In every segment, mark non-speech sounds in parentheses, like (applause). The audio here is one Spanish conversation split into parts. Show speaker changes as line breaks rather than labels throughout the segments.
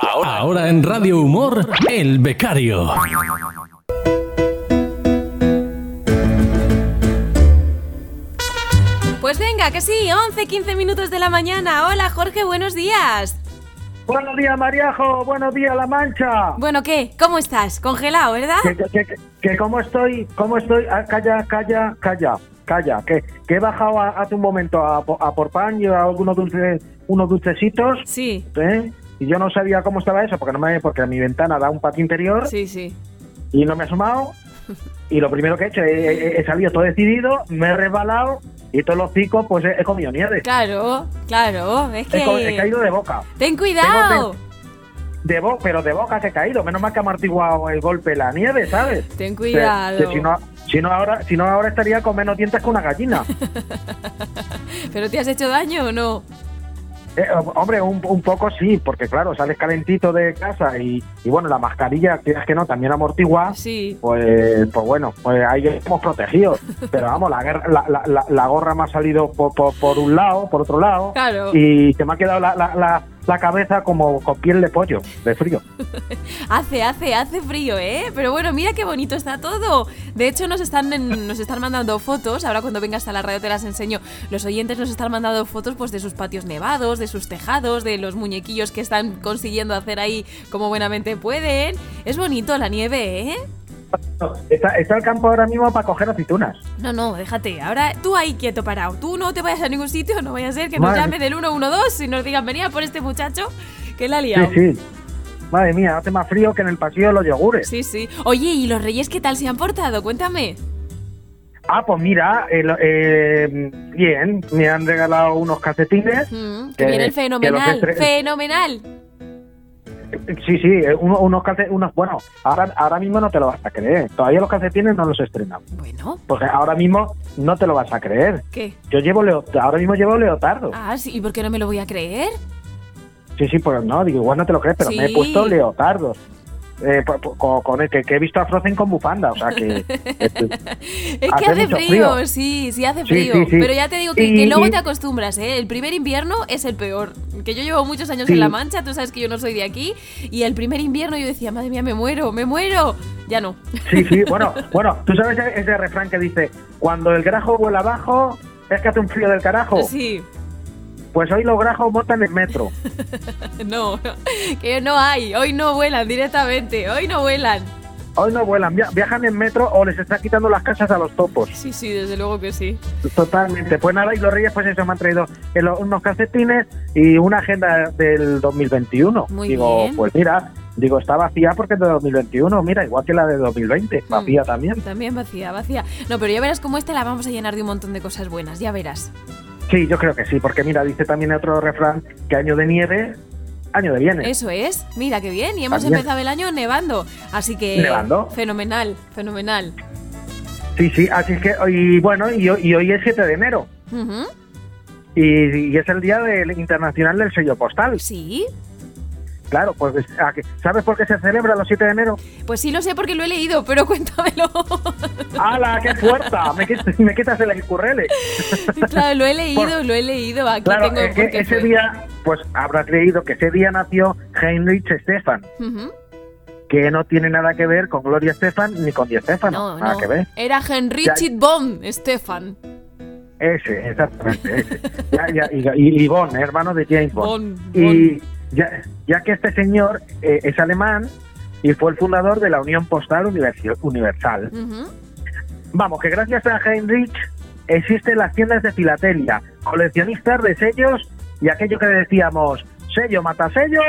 Ahora. Ahora en Radio Humor, El Becario.
Pues venga, que sí, 11, 15 minutos de la mañana. Hola Jorge, buenos días.
Buenos días, Mariajo. Buenos días, La Mancha.
Bueno, ¿qué? ¿Cómo estás? Congelado, ¿verdad?
Que, que, que, que cómo estoy, cómo estoy. Ah, calla, calla, calla, calla. Que, que he bajado a- hace un momento a, po- a por pan y a unos, dulces, unos dulcecitos.
Sí,
¿eh? Y yo no sabía cómo estaba eso porque no me porque mi ventana da un patio interior
sí, sí.
y no me he asomado. Y lo primero que he hecho, he, he- he salido todo decidido, me he resbalado y todos los picos, pues he, he comido nieve.
Claro, claro. Es
He, co- he
que.
caído de boca.
Ten cuidado.
De bo pero de boca que he caído. Menos mal que ha amortiguado el golpe la nieve, ¿sabes?
Ten
Que-
cuidado.
que si no, si no ahora, si no ahora estaría con menos dientes que una
(laughs)
gallina.
¿Pero te has hecho daño o no?
Eh, hombre, un, un poco sí, porque claro, sales calentito de casa y, y bueno, la mascarilla, que es que no, también amortigua.
Sí.
Pues, pues bueno, pues ahí estamos protegidos. Pero vamos, la, guerra- la, la- la- la gorra me ha salido por, por- por un lado, por otro lado,
Claro.
y se me ha quedado la, la- la- la cabeza como con piel de pollo, de frío.
Hace, hace, hace frío, ¿eh? Pero bueno, mira qué bonito está todo. De hecho, nos están, en- nos están mandando fotos. Ahora cuando vengas a la radio te las enseño. Los oyentes nos están mandando fotos pues, de sus patios nevados, de sus tejados, de los muñequillos que están consiguiendo hacer ahí como buenamente pueden. Es bonito la nieve, ¿eh?
Está, está el campo ahora mismo para coger aceitunas.
No, no, déjate. Ahora tú ahí quieto parado. Tú no te vayas a ningún sitio. No vaya a ser que nos
Madre.
llamen del 112 y nos digan, venía por este muchacho que la ha
Sí,
liado.
sí. Madre mía, hace más frío que en el pasillo de los yogures.
Sí, sí. Oye, ¿y los reyes qué tal se han portado? Cuéntame.
Ah, pues mira, el- eh, bien, me han regalado unos calcetines.
Mm, que
Que-
vienen
que los
fenomenal,
estres-
fenomenal.
Sí, sí, eh, uno- unos calcetines, unos, bueno, ahora, ahora mismo no te lo vas a creer. Todavía los calcetines no los estrenan.
Bueno,
Porque ahora mismo no te lo vas a creer.
¿qué?
Yo llevo, leo- ahora mismo llevo leotardo.
Ah, sí, ¿y por qué no me lo voy a creer?
Sí, sí, pues no, digo, igual no te lo crees, pero me
Sí.
he puesto leotardos. Eh, po- po- con, con el que, que he visto a Frozen con bufanda, o
(laughs)
sea que... este,
Es que
Hace
hace
mucho
frío,
frío.
sí, sí hace
Sí,
frío.
sí, sí.
Pero ya te digo que,
Y-
que luego
y-
te acostumbras, ¿eh? El primer invierno es el peor. Que yo llevo muchos años
Sí.
en La Mancha, tú sabes que yo no soy de aquí. Y el primer invierno yo decía, madre mía, me muero, me muero. Ya no.
Sí, sí, bueno, bueno, tú sabes ese refrán que dice, cuando el grajo vuela abajo, es que hace un frío del carajo.
(laughs) Sí,
Pues hoy los grajos montan en metro.
no, (laughs) que no hay. Hoy no vuelan directamente, hoy no vuelan.
Hoy no vuelan, via- viajan en metro o les está quitando las casas a los topos.
Sí, sí, desde luego que sí.
Totalmente. Pues nada, y los reyes pues eso me han traído el- unos calcetines y una agenda del 2021.
Muy
digo,
bien.
pues mira, digo, está vacía porque es de 2021, mira, igual que la de 2020,
Hmm.
vacía también.
También vacía, vacía. No, pero ya verás cómo esta la vamos a llenar de un montón de cosas buenas, ya verás.
Sí, yo creo que sí, porque mira, dice también otro refrán que año de nieve, año de bienes.
Eso es, mira qué bien, y hemos
También.
empezado el año nevando, así que
Nevando.
fenomenal, fenomenal.
Sí, sí, así que, y bueno, y, hoy- y hoy es 7 de enero.
Ujú,
Y, y es el Día del Internacional del Sello Postal.
Sí,
Claro, pues ¿a qué- ¿sabes por qué se celebra los 7 de enero?
pues sí lo sé porque lo he leído, pero (laughs) cuéntamelo.
¡Hala, qué fuerza! Me, quit- (laughs) me quitas el escurrele.
claro, lo he leído,
Por-
lo he leído, aquí
Claro,
tengo
es que
porque
ese
fue.
día, pues habrás leído que ese día nació Heinrich Stefan,
Ujú,
que no tiene nada que ver con Gloria Stefan ni con Di Stefano.
No,
nada
no,
que ver.
era Henrichit Bomb, Stefan.
Ese, exactamente. Ese. Ya, ya, y, y- y Bond, hermano de James Bond.
Bond,
Y ya, ya que este señor eh, es alemán y fue el fundador de la Unión Postal Universi- Universal.
Ujú,
Vamos, que gracias a Heinrich existen las tiendas de filatelia, coleccionistas de sellos y aquello que decíamos, sello mata sello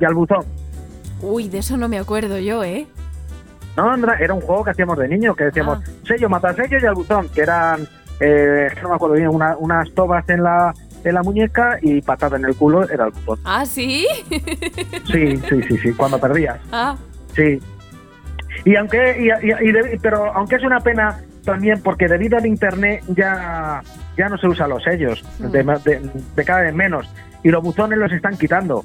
y al buzón.
Uy, de eso no me acuerdo yo, ¿eh?
No, no, era un juego que hacíamos de niño, que decíamos
Ah.
sello mata sello y al buzón, que eran, eh, no me acuerdo bien, una- unas tobas en la, en la muñeca y patada en el culo era el buzón.
Ah, sí. (laughs)
Sí, sí, sí, sí, cuando perdías.
ah,
Sí. Y aunque, y, y- y de- pero aunque es una pena también porque debido al internet ya, ya no se usan los sellos,
Mm.
de, ma- de- de cada vez menos, y los buzones los están quitando.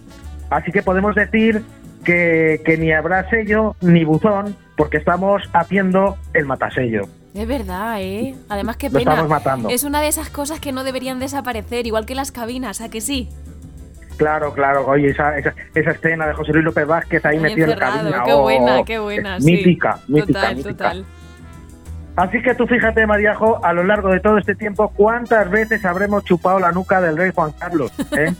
Así que podemos decir que, que ni habrá sello ni buzón porque estamos haciendo el matasello.
es verdad, ¿eh? Además, qué
Lo
pena.
estamos matando.
Es una de esas cosas que no deberían desaparecer, igual que las cabinas, ¿a que sí?
Claro, claro. Oye, esa, esa, esa escena de José Luis López Vázquez ahí
Ahí
metido en
encerrado,
cabina.
qué
oh,
buena, qué buena,
es
sí.
Mítica, mítica,
Total,
mítica.
total.
Así que tú fíjate, Mariajo, a lo largo de todo este tiempo, cuántas veces habremos chupado la nuca del rey Juan Carlos.
(laughs)
¿eh?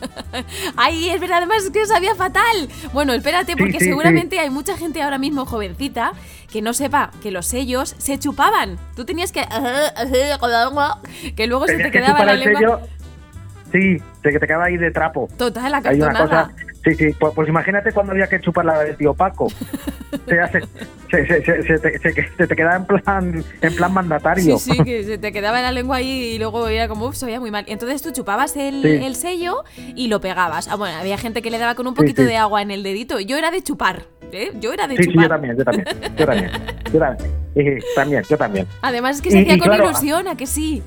Ay, es verdad, además es que sabía fatal. Bueno, espérate,
Sí,
porque
sí,
seguramente hay mucha gente ahora mismo jovencita que no sepa que los sellos se chupaban. Tú tenías que. Que luego se
Tenías
te
que
quedaba
chupar
la
el
lengua.
sello. Sí, te, te quedaba ahí de trapo.
Total,
Hay una
acartonada.
cosa. Sí, sí, pues, pues imagínate cuando había que chupar la del
(laughs)
tío Paco. Se, hace, se, se, se- se te, se- se te quedaba en plan, en plan mandatario.
Sí, sí, que se te quedaba la lengua ahí y luego era como, uff, sabía muy mal. Entonces tú chupabas el,
Sí.
el sello y lo pegabas. Ah, bueno, había gente que le daba con un poquito
sí.
de agua en el dedito. Yo era de chupar, ¿eh? Yo era de
Sí, sí,
chupar.
yo también, yo también, yo también, yo también. Sí, sí, también, yo también.
Además es que se
Y-
hacía
y
con
claro,
ilusión, ¿a que sí?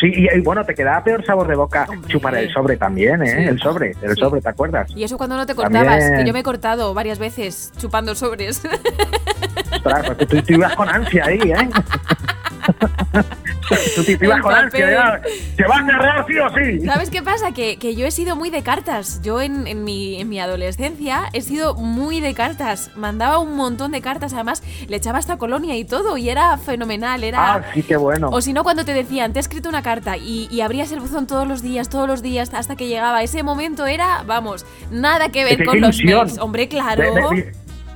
Sí, y, y bueno, te quedaba peor sabor de boca
Hombre.
chupar el sobre también, ¿eh?
Sí.
El sobre, el
Sí.
sobre, ¿te acuerdas?
Y eso cuando no te
También.
cortabas, que yo me he cortado varias veces chupando sobres. (laughs)
Ostras, pues tú, tú ibas con ansia ahí,
(laughs)
¿eh? tú, tú ibas
El
con ansia,
papel.
ya, se va a enterrar sí o sí.
¿Sabes qué pasa? Que, que yo he sido muy de cartas. Yo en, en mi, en mi adolescencia he sido muy de cartas. Mandaba un montón de cartas, además le echaba hasta colonia y todo, y era fenomenal, era...
Ah, sí, qué bueno.
O si no, cuando te decían, te he escrito una carta y, y abrías el buzón todos los días, todos los días, hasta que llegaba ese momento, era, vamos, nada que ver
Es que
con
qué
los
ilusión.
mails. Hombre, claro.
Ve- ve- ve-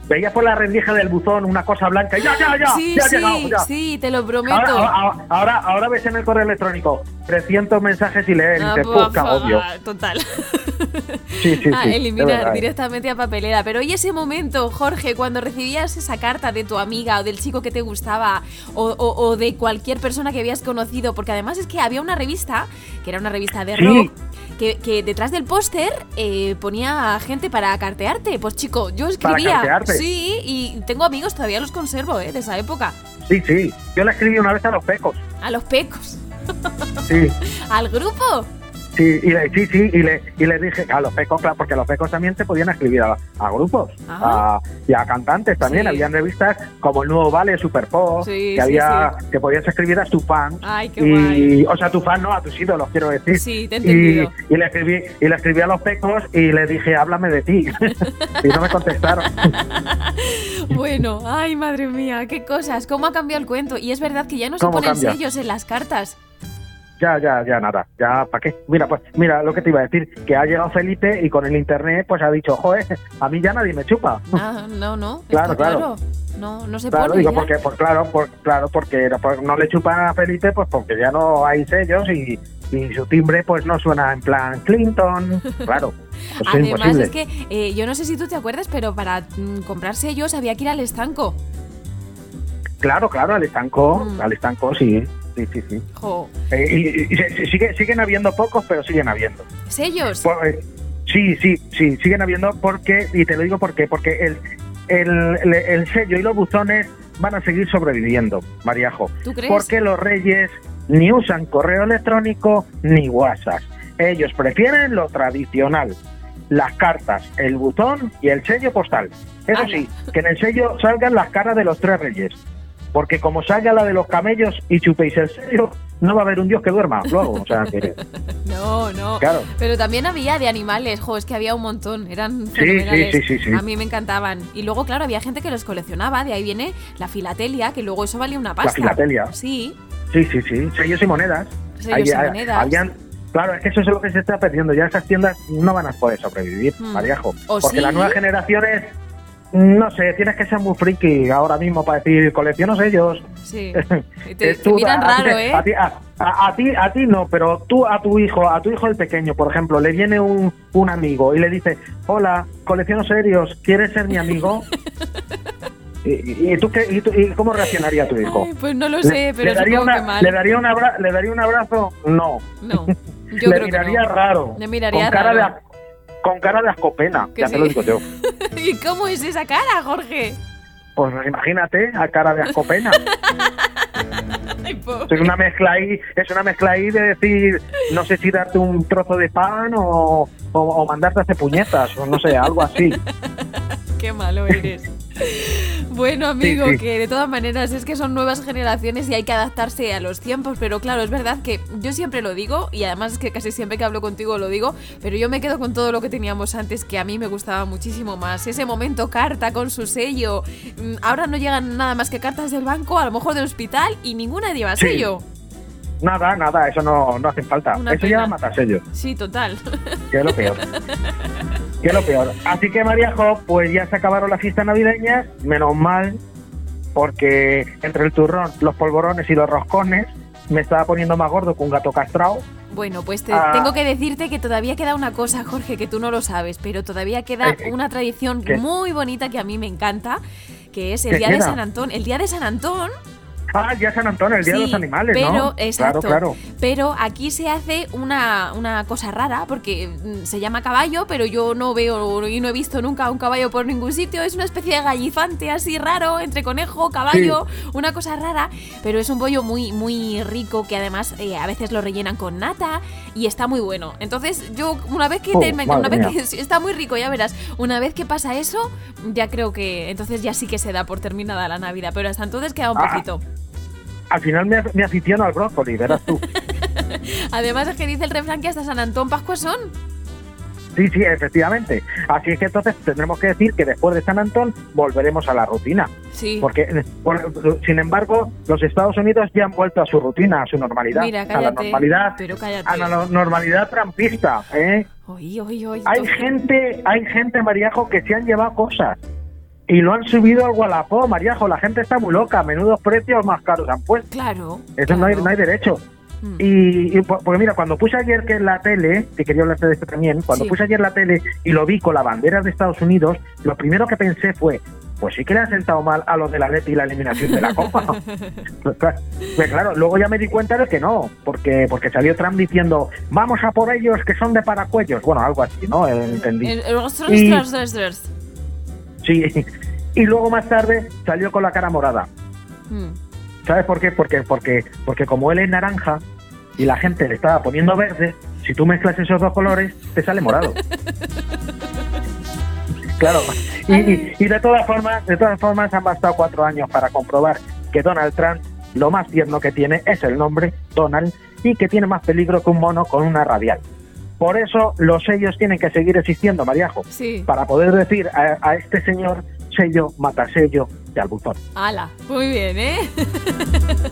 veía por la rendija del buzón una cosa blanca. y Ya, ya, ya.
sí,
ya ha
sí,
llegado, ya.
sí, te lo prometo.
Ahora, ahora, ahora, ahora ves en el correo electrónico 300 mensajes y leer.
Ah,
y dices,
por
puta,
favor,
odio.
Total.
Sí, sí,
Ah,
sí, es
eliminar
verdad.
directamente a papelera. Pero oye, ese momento, Jorge, cuando recibías esa carta de tu amiga o del chico que te gustaba o, o- o de cualquier persona que habías conocido, porque además es que había una revista, que era una revista de
Sí.
rock, que, que detrás del póster eh, ponía gente para cartearte. Pues chico, yo escribía.
cartearte.
Sí, y tengo amigos, todavía los conservo, eh, de esa época.
Sí, sí. Yo la escribí una vez a los pecos.
A los pecos,
Sí,
al grupo.
sí, y le, sí, sí, y le, y le dije a los pecos, claro, porque a los pecos también te podían escribir a, a grupos
Ajá.
a- y a cantantes también.
Sí.
Habían revistas como el Nuevo Vale, Super Pop,
Sí,
que,
sí,
había, que podías escribir a tu fan.
Ay, qué guay.
(laughs) y, o sea, a tu fan, no, a tus ídolos, quiero decir.
Sí, te he
Y,
entendido.
y le escribí, y le escribí a los pecos y le dije, háblame
(laughs)
de ti. y no me contestaron.
(laughs) Bueno, ay, madre mía, qué cosas, cómo ha cambiado el cuento. Y es verdad que ya no se
¿Cómo
ponen
cambia?
sellos en las cartas.
(laughs) ya, ya, ya, nada. Ya, ¿para qué? Mira, pues, mira lo que te iba a decir, que ha llegado Felipe y con el internet, pues ha dicho, joder, a mí ya nadie me chupa.
Ah, no, no.
Claro,
está
claro.
No, no se
Claro,
pone.
digo,
ya.
porque, pues claro, por, claro, porque no, por- no le chupan a Felipe, pues porque ya no hay sellos y, y su timbre, pues no suena en plan
(laughs)
Clinton. Claro, pues es
Además,
imposible.
es que eh, yo no sé si tú te acuerdas, pero para mm, comprar sellos había que ir al estanco.
Claro, claro, al estanco,
Mm.
al estanco, sí, sí, sí, sí.
Jo.
Eh, y, y- y- sigue- siguen habiendo pocos, pero siguen habiendo.
Sellos.
Por- eh, sí, sí, sí, siguen habiendo porque, y te lo digo porque, porque el, el, el- el sello y los buzones van a seguir sobreviviendo, Mariajo.
¿Tú crees?
Porque los reyes ni usan correo electrónico ni WhatsApp. Ellos prefieren lo tradicional, las cartas, el buzón y el sello postal. Eso
Ala.
sí, que en el sello salgan las caras de los tres reyes. Porque como salga la de los camellos y chupéis el sello, no va a haber un dios que duerma luego. O sea,
(laughs)
que,
No, no.
claro.
Pero también había de animales, jo, es que había un montón, eran
sí,
fenomenales.
sí, sí, sí.
A mí me encantaban. Y luego, claro, había gente que los coleccionaba, de ahí viene la filatelia, que luego eso valía una pasta.
filatelia.
Sí,
Sí, sí, sí. Sellos y monedas.
sellos y
Había-
monedas.
ah, habían- claro, es que eso es lo que se está perdiendo. Ya esas tiendas no van a poder sobrevivir,
Mm.
Mariajo.
O
porque
sí.
las nuevas generaciones, no sé, tienes que ser muy friki ahora mismo para decir colecciono sellos. (laughs)
Sí. Te,
Eh,
te
tú,
miran
a- a ti
raro,
te-
¿eh?
A ti, a, a- a ti, a ti no, pero tú a tu hijo, a tu hijo el pequeño, por ejemplo, le viene un, un amigo y le dice, hola, colecciono serios, ¿quieres ser
(laughs)
mi amigo? ¿Y, y tú qué, y, tú- y cómo reaccionaría tu hijo?
Ay, pues no lo sé, pero
daría
supongo
una-
que mal.
le daría un abra- le daría un abrazo, no.
No, yo
le
creo que
miraría
no.
raro.
Le miraría
con cara
raro.
de a- con cara de ascopena,
Que
ya
sí.
te lo digo yo.
(laughs) ¿Y cómo es esa cara, Jorge?
Pues imagínate a cara
(laughs)
de ascopena.
Ay, pobre.
es una mezcla ahí, es una mezcla ahí de decir, no sé si darte un trozo de pan
(laughs)
o, o, o mandarte a hacer puñetas, o no sé, algo así. (laughs)
Qué malo eres. Bueno, amigo,
Sí, sí.
que de todas maneras es que son nuevas generaciones y hay que adaptarse a los tiempos, pero claro, es verdad que yo siempre lo digo y además es que casi siempre que hablo contigo lo digo, pero yo me quedo con todo lo que teníamos antes que a mí me gustaba muchísimo más. Ese momento carta con su sello. Mm, Ahora no llegan nada más que cartas del banco, a lo mejor del hospital y ninguna lleva
Sí.
sello.
Nada, nada, eso no, no hace falta.
Una
eso
pena.
ya matas ellos,
Sí, total.
que es lo peor. que es lo peor. Así que, Maríajo, pues ya se acabaron las fiestas navideñas, menos mal, porque entre el turrón, los polvorones y los roscones, me estaba poniendo más gordo que un gato castrado.
Bueno, pues te-
Ah.
tengo que decirte que todavía queda una cosa, Jorge, que tú no lo sabes, pero todavía queda
Eh, eh,
una tradición
¿qué?
muy bonita que a mí me encanta, que es el
¿Qué
día de
queda?
San Antón. El día de San Antón,
Ah, ya San Antonio, el Día
Sí,
de los Animales,
pero,
¿no?
exacto.
Claro, claro.
pero aquí se hace una, una cosa rara porque mm, se llama caballo, pero yo no veo y no he visto nunca un caballo por ningún sitio. Es una especie de gallifante así raro entre conejo, caballo, una cosa rara, pero es un pollo muy muy rico que además eh, a veces lo rellenan con nata y está muy bueno. Entonces yo una vez que
Oh,
te- una
madre
vez
mía.
que- (laughs) sí, está muy rico, ya verás. Una vez que pasa eso, ya creo que entonces ya sí que se da por terminada la Navidad, pero hasta entonces queda un
Ah.
poquito.
Al final me, me aficiono al brócoli, verás tú.
Además es que dice el refrán que hasta San Antón Pascuas son.
Sí, sí, efectivamente. Así es que entonces tendremos que decir que después de San Antón volveremos a la rutina.
Sí.
Porque, eh, por- sin embargo, los Estados Unidos ya han vuelto a su rutina, a su normalidad.
Mira,
a la
cállate.
normalidad.
Pero cállate.
A la Ah, no- normalidad trampista, ¿eh?
Oí, oí, oí.
Hay
Tú-
gente, hay gente, Mariajo, que se han llevado cosas y lo han subido al Gualapó, Mariajo. La gente está muy loca, menudos precios más caros han puesto.
Claro.
Eso no, hay,
claro.
no hay derecho.
Mm.
Y, y po- porque mira, cuando puse ayer que en la tele, que quería hablarte de esto también, cuando
Sí.
puse ayer la tele y lo vi con la bandera de Estados Unidos, lo primero que pensé fue, pues sí que le han sentado mal a los de la Leti y la eliminación de la Copa. Pues cla- pues claro, luego ya me di cuenta de que no, porque porque salió Trump diciendo, vamos a por ellos que son de paracuellos. Bueno, algo así, ¿no? Eh, Entendí.
El- el- los tros,
Y-
tros, tros, tros.
Sí. Y luego más tarde salió con la cara morada.
Mm.
¿Sabes por qué? Porque, porque, porque como él es naranja y la gente le estaba poniendo verde, si tú mezclas esos dos colores, te sale morado. Claro. Y, y- y de todas formas, de todas formas han bastado cuatro años para comprobar que Donald Trump lo más tierno que tiene es el nombre Donald y que tiene más peligro que un mono con una radial. Por eso los sellos tienen que seguir existiendo, Mariajo,
Sí.
para poder decir a, a este señor sello, matasello de Albuzón.
Ala. Muy bien, ¿eh? (laughs)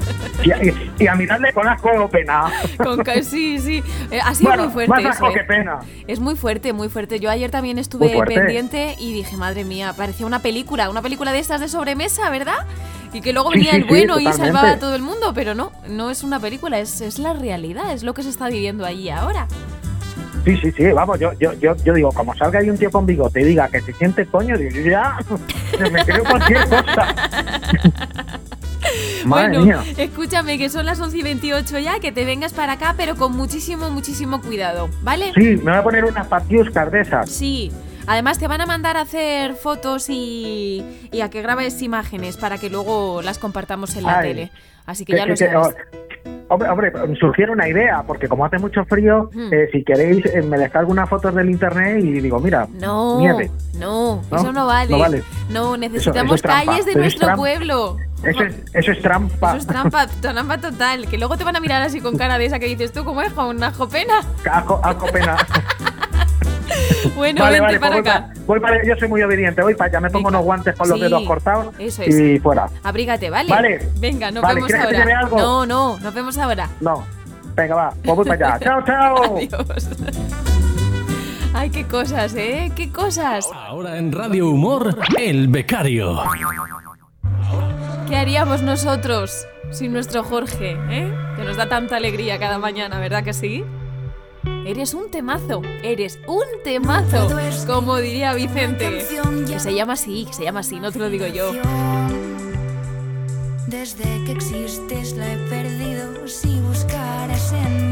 Y a, y- y a mirarle con asco o pena.
Con ca- (laughs) sí, sí. Eh, ha sido muy fuerte
más
eso.
asco
¿eh?
que pena.
Es muy fuerte, muy fuerte. Yo ayer también
Muy
estuve
fuerte.
pendiente y dije, madre mía, parecía una película, una película de estas de sobremesa, ¿verdad? Y que luego
Sí,
venía
sí,
el
sí,
bueno y
totalmente.
salvaba a todo el mundo, pero no, no es una película, es, es la realidad, es lo que se está viviendo allí ahora.
Sí, sí, sí, vamos, yo, yo, yo, yo digo, como salga ahí un tío con bigote y diga que se siente coño, digo, yo ya, (laughs) me creo cualquier cosa.
(laughs)
Madre
bueno,
mía.
escúchame, que son las 11 y 28 ya, que te vengas para acá, pero con muchísimo, muchísimo cuidado, ¿vale?
Sí, me voy a poner unas patiuscas de esas.
Sí. Además te van a mandar a hacer fotos y, y a que grabes imágenes para que luego las compartamos en la
Ay.
tele. Así que
Que-
ya
que-
lo
que-
sabes.
Hombre, hombre, surgió una idea, porque como hace mucho frío,
Hmm.
eh, si queréis, eh, me descargo unas fotos del internet y digo, mira,
No,
nieve.
no,
oh, ¿No?
eso no vale.
No vale.
No, necesitamos
eso es trampa,
calles de
eso es
nuestro
trampa.
pueblo.
Eso es, eso es trampa.
Eso es trampa, trampa total. Que luego te van a mirar así con cara de esa que dices tú, ¿cómo es? Con una
(laughs)
jopena.
Asco- asco
(laughs)
pena.
Bueno, vente para
pues voy
acá.
pa- voy para- yo soy muy obediente, voy para allá, me pongo
Venga.
unos guantes con los
Sí,
dedos cortados
eso es.
y fuera.
Abrígate, ¿vale?
Vale.
Venga, nos
Vale,
vemos
¿quieres que te
ahora.
lleve algo?
No, no, nos vemos ahora.
No, venga, va, pues voy
(laughs)
para allá. ¡Chao, chao!
Adiós. (laughs) Ay, qué cosas, ¿eh? Qué cosas.
Ahora en Radio Humor, El Becario.
¿Qué haríamos nosotros sin nuestro Jorge, eh? Que nos da tanta alegría cada mañana, ¿verdad que sí? Eres un temazo, eres un temazo, como diría Vicente. Que se llama así, que se llama así, no te lo digo yo.
Desde que existes la he perdido. Si buscaras en mí